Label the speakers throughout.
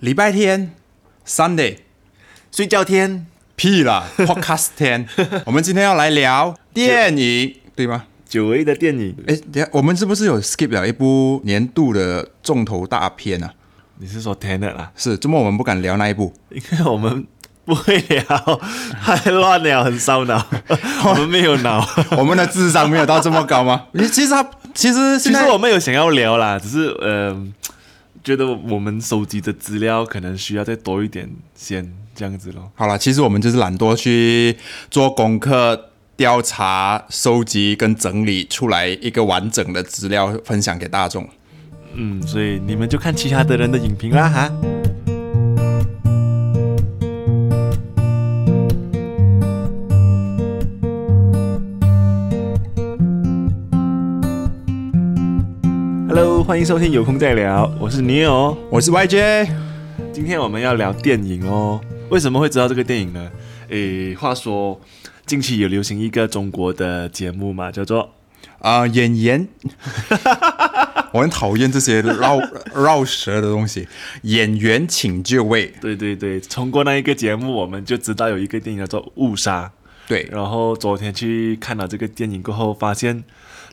Speaker 1: 礼拜天 Sunday
Speaker 2: 睡觉天
Speaker 1: 屁啦 Podcast 天，我们今天要来聊电影，对吗？
Speaker 2: 久违的电影，
Speaker 1: 哎，等一下我们是不是有 skip 了一部年度的重头大片啊？
Speaker 2: 你是说 Tenet 啊？
Speaker 1: 是，周末我们不敢聊那一 部，
Speaker 2: 因为我们不会聊，太乱了，很烧 脑，我们没有 脑。
Speaker 1: 我们的智商没有到这么高吗？其实他其实
Speaker 2: 其
Speaker 1: 现
Speaker 2: 实
Speaker 1: 在
Speaker 2: 我们有想要聊啦，只是呃，觉得我们收集的资料可能需要再多一点先这样子咯。
Speaker 1: 好了，其实我们就是懒惰去做功课、调查、收集跟整理出来一个完整的资料，分享给大众。
Speaker 2: 嗯，所以你们就看其他的人的影评啦哈。Hello，欢迎收听有空再聊，我是 Neo。
Speaker 1: 我是 YJ，
Speaker 2: 今天我们要聊电影哦。为什么会知道这个电影呢？诶，话说近期有流行一个中国的节目嘛，叫做
Speaker 1: 啊，演员， 我很讨厌这些绕 绕舌的东西。演员请就位，
Speaker 2: 对对对，通过那一个节目，我们就知道有一个电影叫做《误杀》。
Speaker 1: 对，
Speaker 2: 然后昨天去看了这个电影过后，发现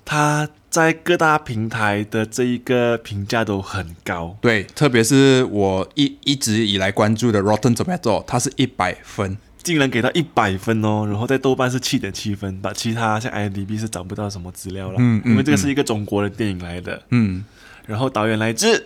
Speaker 2: 它在各大平台的这一个评价都很高。
Speaker 1: 对，特别是我一一直以来关注的 Rotten Tomato，它是一百分。
Speaker 2: 竟然给到一百分哦，然后在豆瓣是七点七分，把其他像 IMDB 是找不到什么资料了，
Speaker 1: 嗯嗯
Speaker 2: 因为这个是一个中国的电影来的，
Speaker 1: 嗯，
Speaker 2: 然后导演来自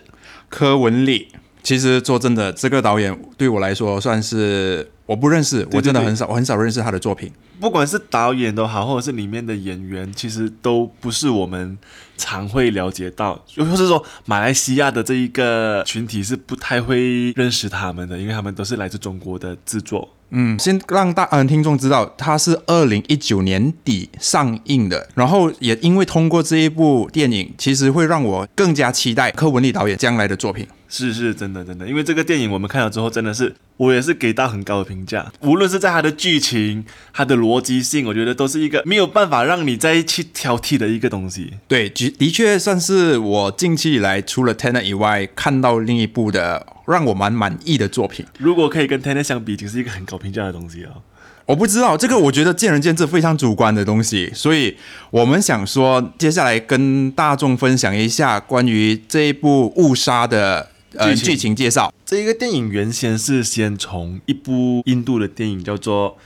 Speaker 1: 柯文丽，其实说真的，这个导演对我来说算是我不认识，我真的
Speaker 2: 对
Speaker 1: 很少，我很少认识他的作品。
Speaker 2: 不管是导演都好，或者是里面的演员，其实都不是我们常会了解到，又或是说马来西亚的这一个群体是不太会认识他们的，因为他们都是来自中国的制作。
Speaker 1: 嗯，先让大嗯、听众知道，它是二零一九年底上映的。然后也因为通过这一部电影，其实会让我更加期待柯文丽导演将来的作品。
Speaker 2: 是是，真的真的，因为这个电影我们看了之后，真的是我也是给到很高的评价，无论是在它的剧情、它的逻辑性，我觉得都是一个没有办法让你再去挑剔的一个东西。
Speaker 1: 对，的的确算是我近期以来除了《Tenet》以外看到另一部的让我蛮满意的作品。
Speaker 2: 如果可以跟《Tenet》相比，已经是一个很高评价的东西了。
Speaker 1: 我不知道这个，我觉得见仁见智，非常主观的东西。所以我们想说，接下来跟大众分享一下关于这一部《误杀》的呃
Speaker 2: 剧情
Speaker 1: 剧情介绍。
Speaker 2: 这一个电影原先是先从一部印度的电影叫做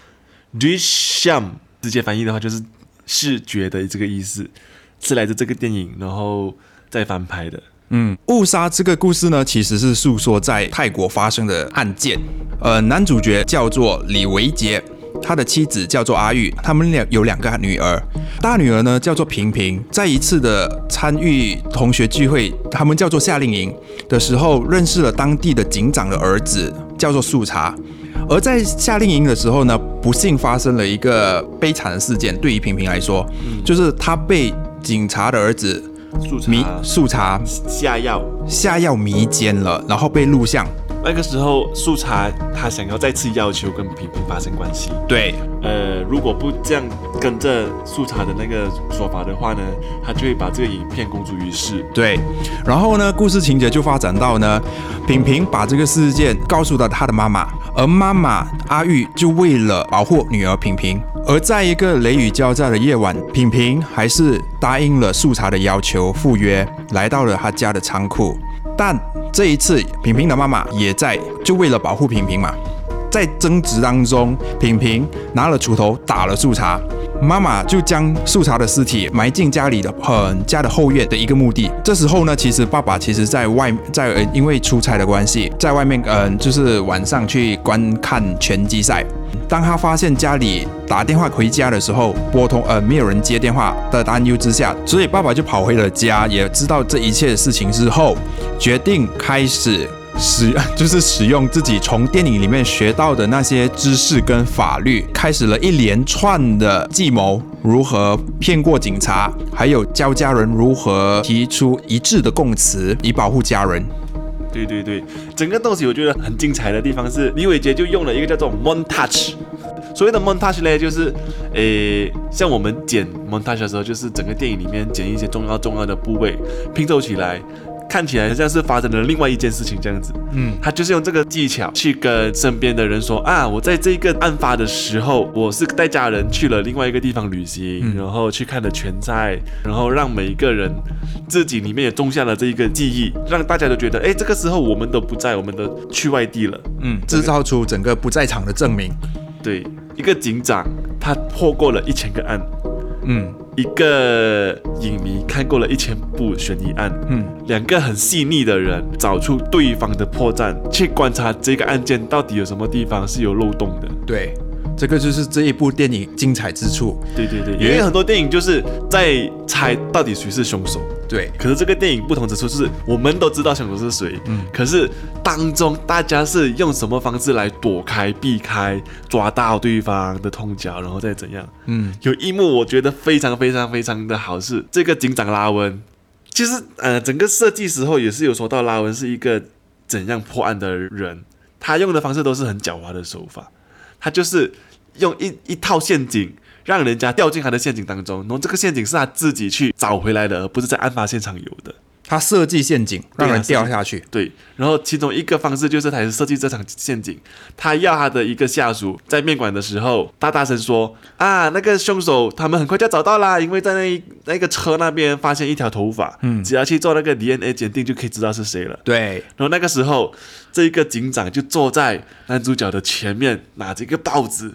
Speaker 2: 《Drishyam》，直接翻译的话就是视觉的这个意思，是来自这个电影，然后再翻拍的。
Speaker 1: 嗯，误杀这个故事呢，其实是诉说在泰国发生的案件。呃，男主角叫做李维杰，他的妻子叫做阿玉，他们俩有两个女儿，大女儿呢叫做平平。在一次的参与同学聚会，他们叫做夏令营的时候，认识了当地的警长的儿子，叫做素茶。而在夏令营的时候呢，不幸发生了一个悲惨的事件。对于平平来说，就是他被警察的儿子
Speaker 2: 素茶
Speaker 1: 迷素茶
Speaker 2: 下药，
Speaker 1: 下药迷奸了，然后被录像。
Speaker 2: 那个时候素茶她想要再次要求跟平平发生关系，
Speaker 1: 对，
Speaker 2: 呃，如果不这样跟着素茶的那个说法的话呢，她就会把这个影片公诸于世。
Speaker 1: 对，然后呢，故事情节就发展到呢，品平把这个事件告诉了他的妈妈，而妈妈阿玉就为了保护女儿品平，而在一个雷雨交加的夜晚，品平还是答应了素茶的要求赴约，来到了他家的仓库。但这一次，品平的妈妈也在，就为了保护品平嘛，在争执当中，品平拿了锄头打了素茶，妈妈就将素茶的尸体埋进家里的很家的后院的一个墓地。这时候呢，其实爸爸其实在外在呃因为出差的关系，在外面嗯、呃就是晚上去观看拳击赛。当他发现家里打电话回家的时候，拨通呃没有人接电话的担忧之下，所以爸爸就跑回了家，也知道这一切的事情之后，决定开始使 就是使用自己从电影里面学到的那些知识跟法律，开始了一连串的计谋，如何骗过警察，还有教家人如何提出一致的供词以保护家人。
Speaker 2: 对对对，整个东西我觉得很精彩的地方是李伟杰就用了一个叫做 montage。所谓的 montage 呢，就是，诶，像我们剪 montage 的时候，就是整个电影里面剪一些重要重要的部位拼凑起来，看起来像是发生了另外一件事情这样子。
Speaker 1: 嗯，
Speaker 2: 他就是用这个技巧去跟身边的人说啊，我在这个案发的时候，我是带家人去了另外一个地方旅行，然后去看了拳赛，然后让每一个人自己里面也种下了这一个记忆，让大家都觉得，哎，这个时候我们都不在，我们都去外地了。
Speaker 1: 嗯，制造出整个不在场的证明。
Speaker 2: 对，一个警长他破过了一千个案，
Speaker 1: 嗯
Speaker 2: 一个影迷看过了一千部悬疑案，
Speaker 1: 嗯
Speaker 2: 两个很细腻的人找出对方的破绽，去观察这个案件到底有什么地方是有漏洞的。
Speaker 1: 对，这个就是这一部电影精彩之处。
Speaker 2: 对对对，
Speaker 1: 也
Speaker 2: 因为很多电影就是在猜到底谁是凶手，
Speaker 1: 对，
Speaker 2: 可是这个电影不同之处是，我们都知道凶手是谁，可是当中大家是用什么方式来躲开、避开、抓到对方的痛脚，然后再怎样？
Speaker 1: 嗯，
Speaker 2: 有一幕我觉得非常非常非常的好是这个警长拉文，其实呃整个设计时候也是有说到拉文是一个怎样破案的人，他用的方式都是很狡猾的手法，他就是用一一套陷阱。让人家掉进他的陷阱当中，然后这个陷阱是他自己去找回来的，而不是在案发现场有的。
Speaker 1: 他设计陷阱让人掉下去。
Speaker 2: 对，然后其中一个方式就是他也是设计这场陷阱，他要他的一个下属在面馆的时候大大声说啊，那个凶手他们很快就要找到啦，因为在那一那个车那边发现一条头发，嗯，只要去做那个 DNA 鉴定就可以知道是谁了。
Speaker 1: 对
Speaker 2: 然后那个时候，这一个警长就坐在男主角的前面，拿着一个报纸，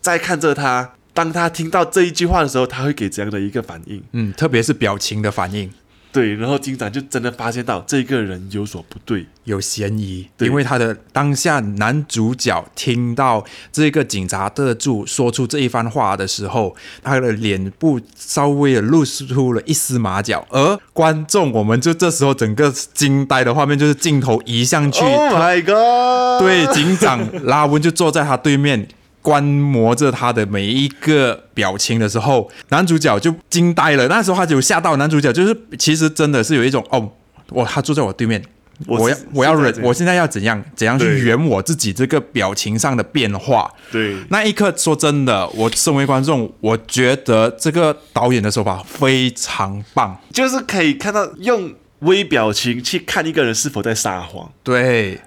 Speaker 2: 在看着他。当他听到这一句话的时候，他会给怎样的一个反应？
Speaker 1: 嗯，特别是表情的反应
Speaker 2: 对，然后警长就真的发现到这个人有所不对，
Speaker 1: 有嫌疑，
Speaker 2: 对
Speaker 1: 因为他的当下男主角听到这个警察特助说出这一番话的时候，他的脸部稍微的露出了一丝马脚，而观众我们就这时候整个惊呆的画面就是镜头移向去
Speaker 2: Oh my god！
Speaker 1: 对，警长拉温就坐在他对面，观摩着他的每一个表情的时候，男主角就惊呆了。那时候他就吓到，男主角就是其实真的是有一种哦，我他坐在我对面。
Speaker 2: 我
Speaker 1: 我要
Speaker 2: 是
Speaker 1: 我要
Speaker 2: 现在
Speaker 1: 忍
Speaker 2: 怎，样
Speaker 1: 我现在要怎样怎样去
Speaker 2: 对
Speaker 1: 圆我自己这个表情上的变化？
Speaker 2: 对
Speaker 1: 那一刻说真的，我身为观众，我觉得这个导演的手法非常棒。
Speaker 2: 就是可以看到用微表情去看一个人是否在撒谎。
Speaker 1: 对，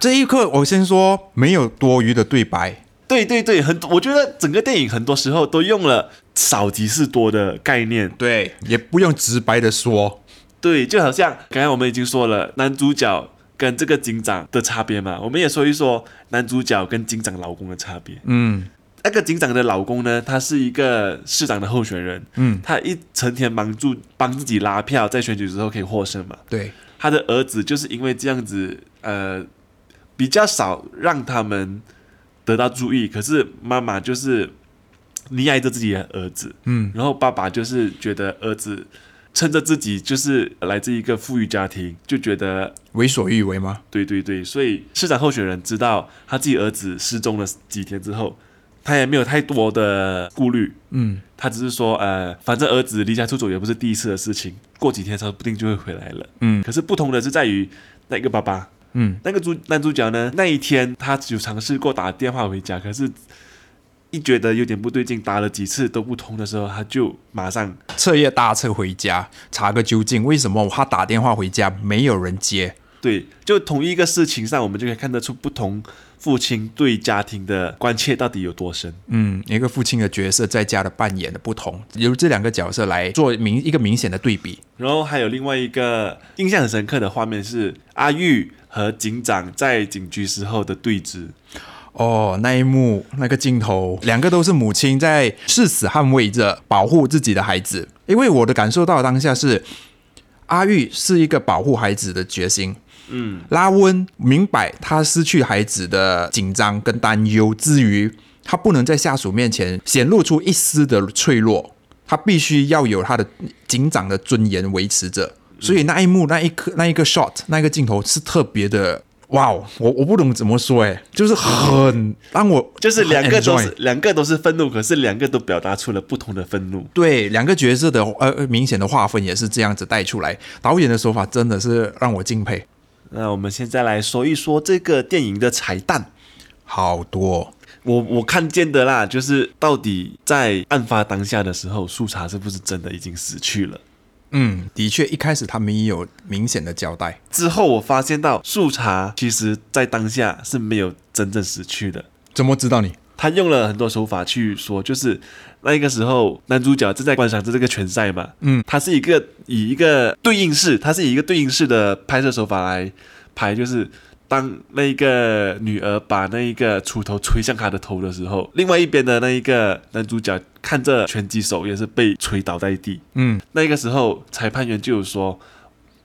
Speaker 1: 这一刻我先说没有多余的对白，
Speaker 2: 对对对，很多我觉得整个电影很多时候都用了少即是多的概念。
Speaker 1: 对，也不用直白的说，
Speaker 2: 对，就好像刚才我们已经说了，男主角跟这个警长的差别嘛，我们也说一说男主角跟警长老公的差别。
Speaker 1: 嗯
Speaker 2: 那个警长的老公呢，他是一个市长的候选人，
Speaker 1: 嗯，
Speaker 2: 他一成天忙助帮自己拉票，在选举之后可以获胜嘛。
Speaker 1: 对，
Speaker 2: 他的儿子就是因为这样子，呃，比较少让他们得到注意。可是妈妈就是溺爱着自己的儿子，
Speaker 1: 嗯
Speaker 2: 然后爸爸就是觉得儿子趁着自己就是来自一个富裕家庭，就觉得
Speaker 1: 为所欲为吗？
Speaker 2: 对对对，所以市长候选人知道他自己儿子失踪了几天之后，他也没有太多的顾虑，
Speaker 1: 嗯，
Speaker 2: 他只是说，呃，反正儿子离家出走也不是第一次的事情，过几天说不定就会回来了。
Speaker 1: 嗯
Speaker 2: 可是不同的是在于那个爸爸，
Speaker 1: 嗯，
Speaker 2: 那个主男主角呢，那一天他有尝试过打电话回家，可是一觉得有点不对劲，打了几次都不通的时候，他就马上
Speaker 1: 彻夜搭车回家，查个究竟，为什么他打电话回家没有人接？
Speaker 2: 对，就同一个事情上，我们就可以看得出不同父亲对家庭的关切到底有多深。
Speaker 1: 嗯，一个父亲的角色在家的扮演的不同，由这两个角色来做明一个明显的对比。
Speaker 2: 然后还有另外一个印象很深刻的画面是阿玉和警长在警局时候的对峙。
Speaker 1: 哦，那一幕那个镜头，两个都是母亲在誓死捍卫着保护自己的孩子。因为我的感受到当下是，阿玉是一个保护孩子的决心，嗯，拉温明白他失去孩子的紧张跟担忧之余，他不能在下属面前显露出一丝的脆弱，他必须要有他的警长的尊严维持着。所以那一幕、那一刻、那一个 shot、那一个镜头是特别的，哇哦！我我不懂怎么说，哎，就是很让我
Speaker 2: 就是两个
Speaker 1: 啊
Speaker 2: 都是
Speaker 1: 很 enjoy
Speaker 2: 两个都是愤怒，可是两个都表达出了不同的愤怒。
Speaker 1: 对两个角色的呃呃明显的划分也是这样子带出来，导演的手法真的是让我敬佩，
Speaker 2: 那我们现在来说一说这个电影的彩蛋。
Speaker 1: 好多
Speaker 2: 我我看见的啦，就是到底在案发当下的时候，素茶是不是真的已经死去了？
Speaker 1: 嗯，的确，一开始他没有明显的交代。
Speaker 2: 之后我发现到树茶其实在当下是没有真正死去的，
Speaker 1: 怎么知道你？
Speaker 2: 他用了很多手法去说，就是那个时候男主角正在观赏着这个拳赛嘛，
Speaker 1: 嗯，
Speaker 2: 他是一个以一个对应式，他是以一个对应式的拍摄手法来拍，就是当那个女儿把那一个锄头吹向他的头的时候，另外一边的那一个男主角看着拳击手也是被捶倒在地，
Speaker 1: 嗯
Speaker 2: 那个时候裁判员就有说，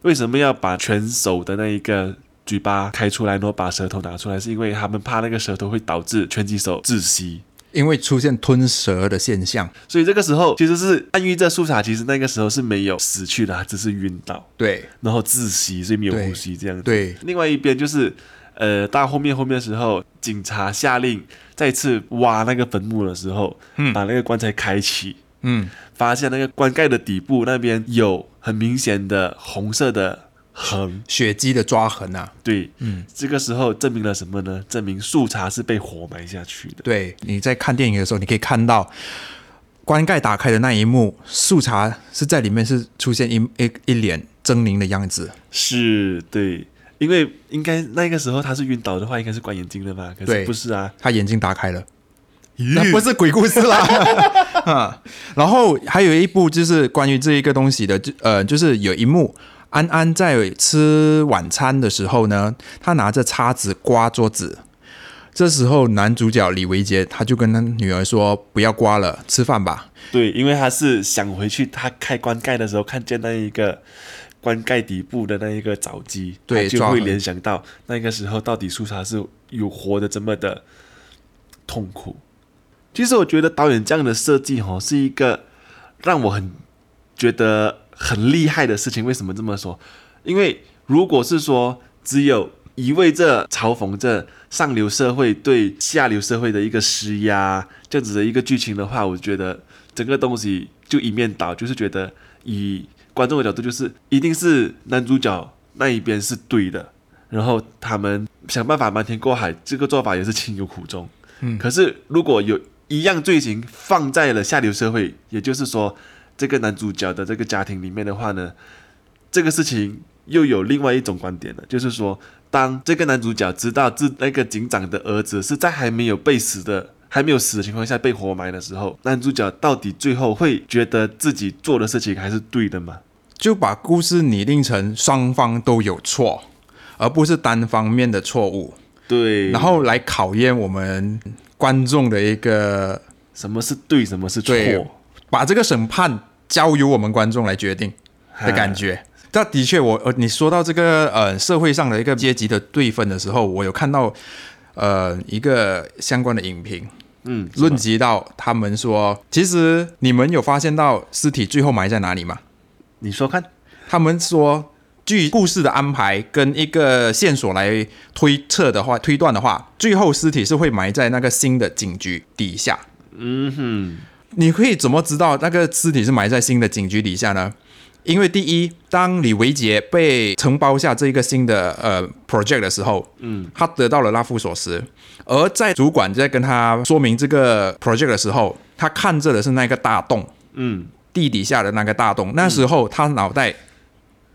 Speaker 2: 为什么要把拳手的那一个嘴巴开出来，然后把舌头拿出来，是因为他们怕那个舌头会导致拳击手窒息。
Speaker 1: 因为出现吞蛇的现象，
Speaker 2: 所以这个时候其实是暗喻这苏茶，其实那个时候是没有死去的，他只是晕倒，
Speaker 1: 对
Speaker 2: 然后窒息，所以没有
Speaker 1: 对
Speaker 2: 呼吸这样子。
Speaker 1: 对，
Speaker 2: 另外一边就是，呃，到后面后面的时候，警察下令再次挖那个坟墓的时候，
Speaker 1: 嗯
Speaker 2: 把那个棺材开启，
Speaker 1: 嗯，
Speaker 2: 发现那个棺盖的底部那边有很明显的红色的痕。
Speaker 1: 血迹的抓痕啊，
Speaker 2: 对，
Speaker 1: 嗯，
Speaker 2: 这个时候证明了什么呢？证明树茶是被活埋下去的。
Speaker 1: 对，你在看电影的时候，你可以看到棺盖打开的那一幕，素茶是在里面是出现一一一脸狰狞的样子，
Speaker 2: 是，对，因为应该那个时候他是晕倒的话，应该是关眼睛的嘛，可
Speaker 1: 对
Speaker 2: 是不是啊？
Speaker 1: 他眼睛打开了。那
Speaker 2: 咦
Speaker 1: 不是鬼故事啦。啊，然后还有一部就是关于这一个东西的，就呃，就是有一幕，安安在呃吃晚餐的时候呢，他拿着叉子刮桌子。这时候，男主角李维杰他就跟他女儿说：“不要刮了，吃饭吧。
Speaker 2: 对，因为他是想回去，他开棺盖的时候看见那一个棺盖底部的那一个爪机，
Speaker 1: 对
Speaker 2: 他就
Speaker 1: 抓
Speaker 2: 会
Speaker 1: 痕
Speaker 2: 联想到那个时候到底苏茶是有活的这么的痛苦。其实我觉得导演这样的设计哦，是一个让我很觉得很厉害的事情。为什么这么说？因为如果是说只有一味着嘲讽着上流社会对下流社会的一个施压这样子的一个剧情的话，我觉得整个东西就一面倒，就是觉得以观众的角度，就是一定是男主角那一边是对的，然后他们想办法瞒天过海，这个做法也是情有苦衷。
Speaker 1: 嗯
Speaker 2: 可是如果有一样罪行放在了下流社会，也就是说这个男主角的这个家庭里面的话呢，这个事情又有另外一种观点了，就是说，当这个男主角知道自那个警长的儿子是在还没有被死的。还没有死的情况下被活埋的时候，男主角到底最后会觉得自己做的事情还是对的吗？”
Speaker 1: 就把故事拟定成双方都有错，而不是单方面的错误，
Speaker 2: 对，
Speaker 1: 然后来考验我们观众的一个
Speaker 2: 什么是对，什么是错
Speaker 1: 对把这个审判交由我们观众来决定。的感？
Speaker 2: 啊
Speaker 1: 觉。嗯那的确我，呃，你说到这个呃社会上的一个阶级的对分的时候，我有看到呃一个相关的影评，
Speaker 2: 嗯，是吧
Speaker 1: 论及到他们说，其实你们有发现到尸体最后埋在哪里吗？
Speaker 2: 你说看，
Speaker 1: 他们说，据故事的安排跟一个线索来推测的话，推断的话，最后尸体是会埋在那个新的警局底下。
Speaker 2: 嗯哼，
Speaker 1: 你会怎么知道那个尸体是埋在新的警局底下呢？因为第一，当李维杰被承包下这个新的呃 project 的时候，
Speaker 2: 嗯，
Speaker 1: 他得到了拉夫索斯，而在主管在跟他说明这个 project 的时候，他看着的是那个大洞，
Speaker 2: 嗯，
Speaker 1: 地底下的那个大洞。那时候他脑袋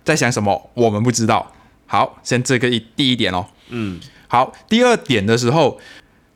Speaker 1: 在想什么，我们不知道。好，先这个一第一点哦。
Speaker 2: 嗯，
Speaker 1: 好，第二点的时候，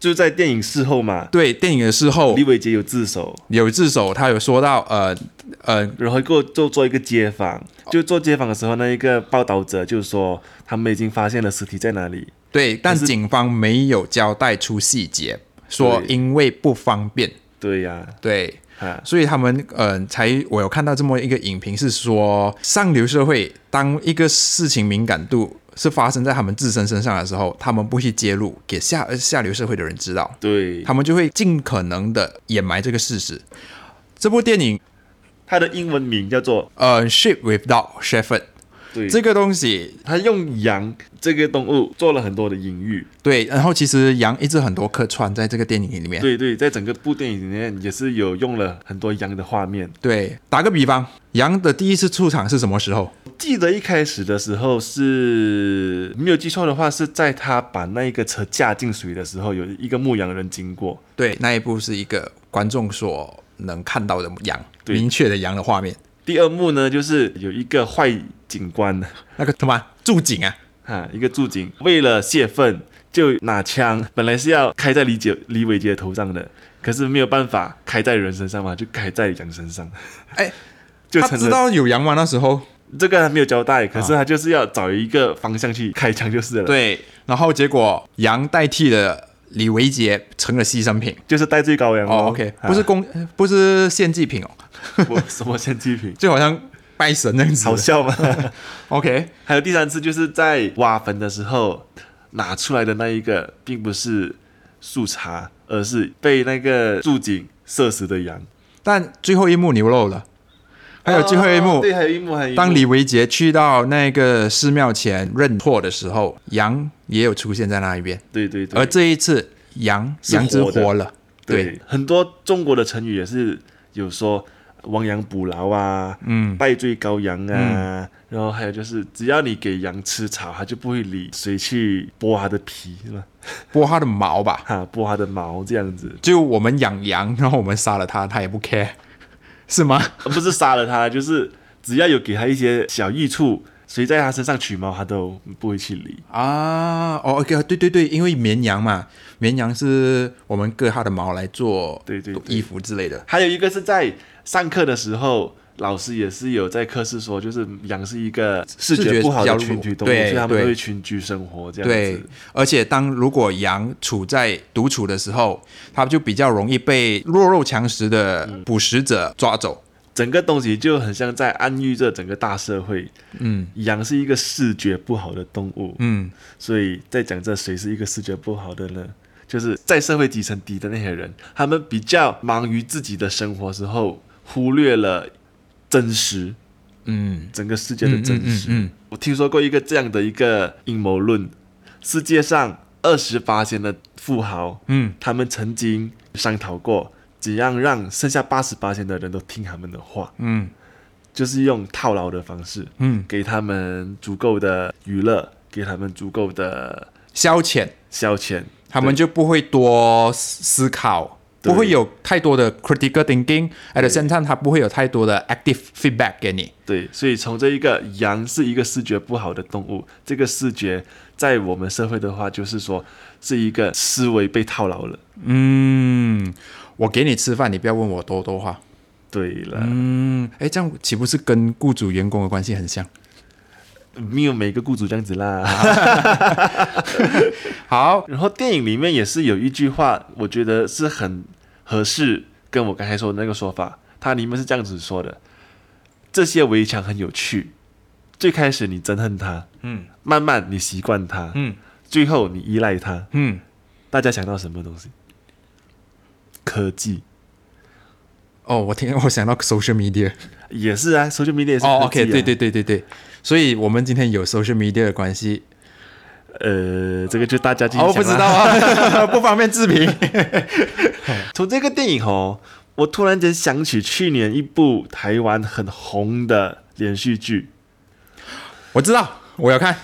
Speaker 2: 就在电影事后嘛，
Speaker 1: 对电影的时候
Speaker 2: 李，伟杰有自首，
Speaker 1: 有一只手他有说到，呃呃，
Speaker 2: 然后过就做一个街访，就做街访的时候，那一个报道者就说他们已经发现了尸体在哪里。
Speaker 1: 对，但
Speaker 2: 是
Speaker 1: 警方没有交代出细节，说
Speaker 2: 对
Speaker 1: 因为不方便，
Speaker 2: 对呀、
Speaker 1: 对，
Speaker 2: 啊，
Speaker 1: 所以他们呃，才我有看到这么一个影评是说，上流社会当一个事情敏感度是发生在他们自身身上的时候，他们不去揭露给下下流社会的人知道，
Speaker 2: 对，
Speaker 1: 他们就会尽可能的掩埋这个事实。这部电影
Speaker 2: 他的英文名叫做
Speaker 1: 呃，《Ship Without Shepherd》
Speaker 2: 对，
Speaker 1: 这个东西
Speaker 2: 他用羊这个动物做了很多的隐喻。
Speaker 1: 对，然后其实羊一直很多客串在这个电影里面。
Speaker 2: 对对，在整个部电影里面也是有用了很多羊的画面。
Speaker 1: 对，打个比方，羊的第一次出场是什么时候？
Speaker 2: 记得一开始的时候是没有记错的话，是在他把那一个车架进水的时候，有一个牧羊人经过。
Speaker 1: 对，那一部是一个观众所能看到的羊，
Speaker 2: 对
Speaker 1: 明确的羊的画面。
Speaker 2: 第二幕呢，就是有一个坏警官
Speaker 1: 那个什么驻警啊，
Speaker 2: 啊，一个驻警为了泄愤，就拿枪，本来是要开在李姐李伟杰头上的，可是没有办法开在人身上嘛，就开在杨身上，
Speaker 1: 哎，
Speaker 2: 就
Speaker 1: 他
Speaker 2: 成
Speaker 1: 知
Speaker 2: 了
Speaker 1: 道有羊吗？那时候
Speaker 2: 这个还没有交代，可是他就是要找一个方向去开枪就是了，，
Speaker 1: 啊对，然后结果羊代替了李维杰成了牺牲品。
Speaker 2: 就是戴罪羔羊
Speaker 1: 哦，OK，
Speaker 2: 啊
Speaker 1: 不是公，不是献祭品哦，，
Speaker 2: 我什么献祭品
Speaker 1: 就好像拜神那样子
Speaker 2: 好。笑吗？
Speaker 1: OK，
Speaker 2: 还有第三次就是在挖坟的时候拿出来的那一个，并不是树茶，而是被那个驻警射死的羊。
Speaker 1: 但最后一幕牛肉了，还有最后一幕，
Speaker 2: 哦对，还有一幕，还有一幕
Speaker 1: 当李维杰去到那个寺庙前认错的时候，羊也有出现在那一边，
Speaker 2: 对对对，
Speaker 1: 而这一次羊
Speaker 2: 是
Speaker 1: 羊只
Speaker 2: 活的
Speaker 1: 活了，
Speaker 2: 对
Speaker 1: 对，
Speaker 2: 很多中国的成语也是有说亡羊补牢啊，
Speaker 1: 嗯，
Speaker 2: 戴罪羔羊啊，然后还有就是只要你给羊吃草，它就不会理谁去剥它的皮是吧？
Speaker 1: 剥它的毛吧。
Speaker 2: 哈，剥它的毛这样子，
Speaker 1: 就我们养羊，然后我们杀了它，它也不 care，是吗？
Speaker 2: 而不是杀了它，就是只要有给它一些小益处，谁在它身上取毛，它都不会去理。
Speaker 1: 啊，哦，OK，对对对，因为绵羊嘛，绵羊是我们割它的毛来做
Speaker 2: 对对对
Speaker 1: 衣服之类的。
Speaker 2: 还有一个是在上课的时候，老师也是有在课室说，就是羊是一个视
Speaker 1: 视觉
Speaker 2: 觉不好
Speaker 1: 比较
Speaker 2: 的
Speaker 1: 弱
Speaker 2: 群居动物，
Speaker 1: 对
Speaker 2: 所以他们
Speaker 1: 对
Speaker 2: 都会群居生活这样
Speaker 1: 对
Speaker 2: 子。，
Speaker 1: 而且当如果羊处在独处的时候，它就比较容易被弱肉强食的捕食者抓走。
Speaker 2: 整个东西就很像在暗喻着整个大社会，
Speaker 1: 嗯
Speaker 2: 羊是一个视觉不好的动物，
Speaker 1: 嗯，
Speaker 2: 所以在讲这谁是一个视觉不好的呢？就是在社会底层低的那些人，他们比较忙于自己的生活时候，忽略了真实，
Speaker 1: 嗯，
Speaker 2: 整个世界的真实。
Speaker 1: 嗯嗯嗯嗯
Speaker 2: 我听说过一个这样的一个阴谋论：世界上二十八千的富豪，
Speaker 1: 嗯，
Speaker 2: 他们曾经商讨过怎样让剩下八十八千的人都听他们的话，
Speaker 1: 嗯，
Speaker 2: 就是用套牢的方式，
Speaker 1: 嗯，
Speaker 2: 给他们足够的娱乐，给他们足够的
Speaker 1: 消遣，
Speaker 2: 消遣，
Speaker 1: 他们就不会多思思考，
Speaker 2: 对
Speaker 1: 不会有太多的 critical thinking，at the same time，它不会有太多的 active feedback 给你。
Speaker 2: 对，所以从这一个羊是一个视觉不好的动物，这个视觉在我们社会的话，就是说是一个思维被套牢了。
Speaker 1: 嗯，我给你吃饭，你不要问我多多话。
Speaker 2: 对了，
Speaker 1: 嗯，哎，这样岂不是跟雇主员工的关系很像？
Speaker 2: 没有每个雇主这样子啦。
Speaker 1: 好，
Speaker 2: 然后电影里面也是有一句话，我觉得是很合适跟我刚才说的那个说法。它里面是这样子说的：这些围墙很有趣，最开始你憎恨它，
Speaker 1: 嗯
Speaker 2: 慢慢你习惯它，
Speaker 1: 嗯
Speaker 2: 最后你依赖它。
Speaker 1: 嗯，
Speaker 2: 大家想到什么东西？科技
Speaker 1: 哦，我听我想到 social media。
Speaker 2: 也是啊，social media 也是科技、啊。
Speaker 1: 哦，OK，对对。 对对对，所以我们今天有 social media 的关系。
Speaker 2: 呃，这个就大家继续、
Speaker 1: 哦，不知道。啊， 不方便置评。
Speaker 2: 从这个电影哦，我突然间想起去年一部台湾很红的连续剧
Speaker 1: 我知道，我要看。
Speaker 2: 《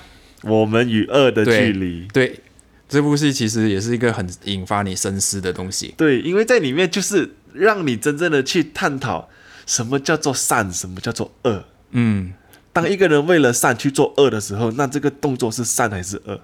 Speaker 2: 我们与恶的
Speaker 1: 对
Speaker 2: 距离》。
Speaker 1: 对，这部戏其实也是一个很引发你深思的东西。
Speaker 2: 对，因为在里面就是让你真正的去探讨什么叫做善，什么叫做恶。
Speaker 1: 嗯，
Speaker 2: 当一个人为了善去做恶的时候，那这个动作是善还是恶？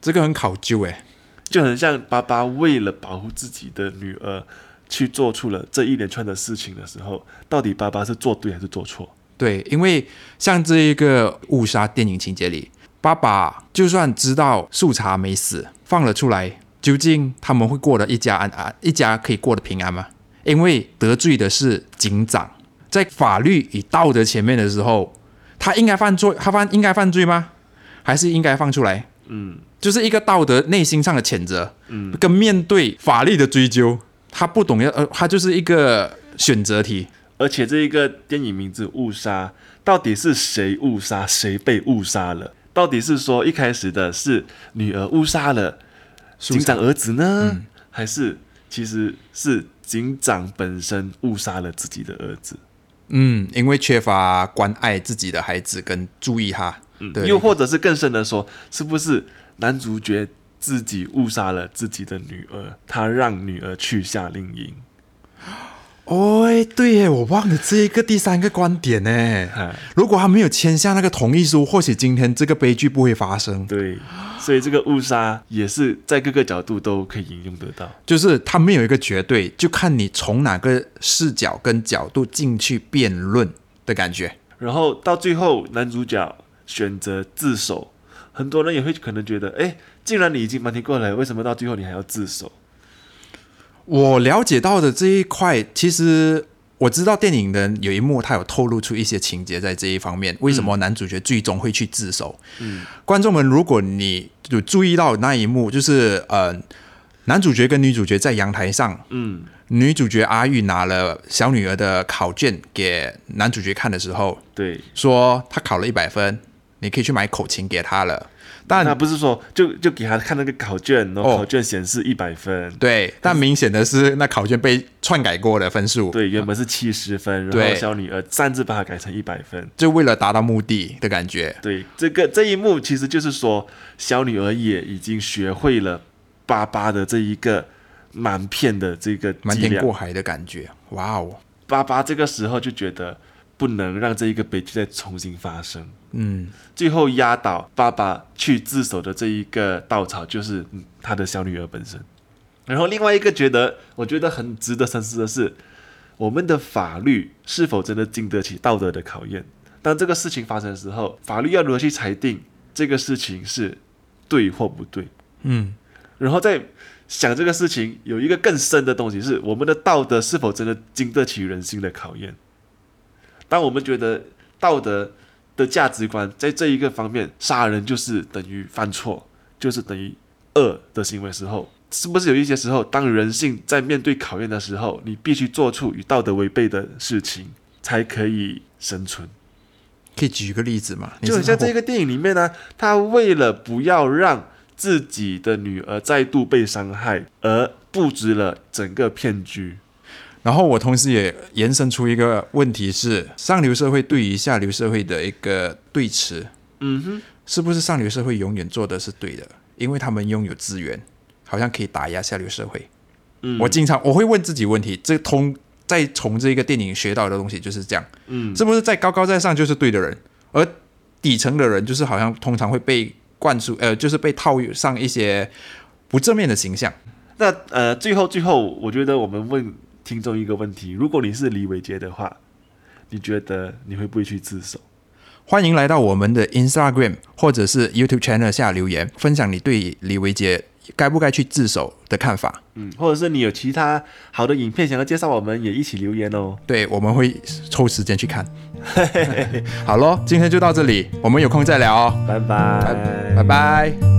Speaker 1: 这个很考究哎。
Speaker 2: 就很像爸爸为了保护自己的女儿去做出了这一连串的事情的时候，到底爸爸是做对还是做错？
Speaker 1: 对，因为像这一个误杀电影情节里，爸爸就算知道素茶没死，放了出来，究竟他们会过得一家安安，一家可以过得平安吗？因为得罪的是警长，在法律与道德前面的时候，他应该犯罪，他犯应该犯罪吗？还是应该放出来？
Speaker 2: 嗯，
Speaker 1: 就是一个道德内心上的谴责，嗯，跟面对法律的追究，他不懂要呃，他就是一个选择题，
Speaker 2: 而且这一个电影名字《误杀》，到底是谁误杀，谁被误杀了？到底是说一开始的是女儿误杀了警长儿子呢，还是其实是警长本身误杀了自己的儿子？
Speaker 1: 嗯，因为缺乏关爱自己的孩子跟注意他，对，
Speaker 2: 嗯又或者是更深的说，是不是男主角自己误杀了自己的女儿，他让女儿去夏令营？
Speaker 1: 哦，对耶，我忘了这一个第三个观点呢
Speaker 2: 啊。
Speaker 1: 如果他没有签下那个同意书，或许今天这个悲剧不会发生。
Speaker 2: 对，所以这个误杀也是在各个角度都可以应用得到。
Speaker 1: 就是他没有一个绝对，就看你从哪个视角跟角度进去辩论的感觉。
Speaker 2: 然后到最后，男主角选择自首，很多人也会可能觉得，哎，既然你已经瞒天过来，为什么到最后你还要自首？
Speaker 1: 我了解到的这一块，其实我知道电影的有一幕，他有透露出一些情节在这一方面。为什么男主角最终会去自首？
Speaker 2: 嗯，
Speaker 1: 观众们，如果你有注意到那一幕，就是呃，男主角跟女主角在阳台上，
Speaker 2: 嗯，
Speaker 1: 女主角阿玉拿了小女儿的考卷给男主角看的时候，
Speaker 2: 对，
Speaker 1: 说她考了一百分，你可以去买口琴给她了。
Speaker 2: 他
Speaker 1: 但
Speaker 2: 不是说就就给他看那个考卷，然
Speaker 1: 哦
Speaker 2: 后考卷显示一百分，
Speaker 1: 对，但明显的是那考卷被篡改过的分数，
Speaker 2: 对，原本是七十分，然
Speaker 1: 哦对
Speaker 2: 后小女儿擅自把它改成一百分。
Speaker 1: 就为了达到目的的感觉。
Speaker 2: 对，这个这一幕其实就是说，小女儿也已经学会了爸爸的这一个瞒骗的这个
Speaker 1: 瞒
Speaker 2: 伎
Speaker 1: 天
Speaker 2: 俩。
Speaker 1: 过海的感觉，哇哦，
Speaker 2: 爸爸这个时候就觉得不能让这一个悲剧再重新发生，
Speaker 1: 嗯，
Speaker 2: 最后压倒爸爸去自首的这一个稻草就是嗯他的小女儿本身。然后另外一个觉得，我觉得很值得深思的是，我们的法律是否真的经得起道德的考验？当这个事情发生的时候，法律要如何去裁定这个事情是对或不对？
Speaker 1: 嗯，
Speaker 2: 然后再想这个事情，有一个更深的东西是，我们的道德是否真的经得起人性的考验？当我们觉得道德的价值观在这一个方面，杀人就是等于犯错，就是等于恶的行为时候，是不是有一些时候，当人性在面对考验的时候，你必须做出与道德违背的事情，才可以生存？
Speaker 1: 可以举一个例子吗？
Speaker 2: 就很像这
Speaker 1: 个，
Speaker 2: 个电影里面呢、他为了不要让自己的女儿再度被伤害，而布置了整个骗局。
Speaker 1: 然后我同时也延伸出一个问题是：上流社会对于下流社会的一个对峙，
Speaker 2: 嗯哼，
Speaker 1: 是不是上流社会永远做的是对的？因为他们拥有资源，好像可以打压下流社会。
Speaker 2: 嗯
Speaker 1: 我经常我会问自己问题，这通再从这个电影学到的东西就是这样，
Speaker 2: 嗯，
Speaker 1: 是不是在高高在上就是对的人，而底层的人就是好像通常会被灌输，呃，就是被套上一些不正面的形象。
Speaker 2: 那呃，最后最后，我觉得我们问听众一个问题：如果你是李伟杰的话，你觉得你会不会去自首？
Speaker 1: 欢迎来到我们的 Instagram 或者是 YouTube channel 下留言，分享你对李维杰该不该去自首的看法。
Speaker 2: 嗯，或者是你有其他好的影片想要介绍，我们也一起留言哦。
Speaker 1: 对，我们会抽时间去看。好咯，今天就到这里，我们有空再聊哦，
Speaker 2: 拜拜，
Speaker 1: 拜拜。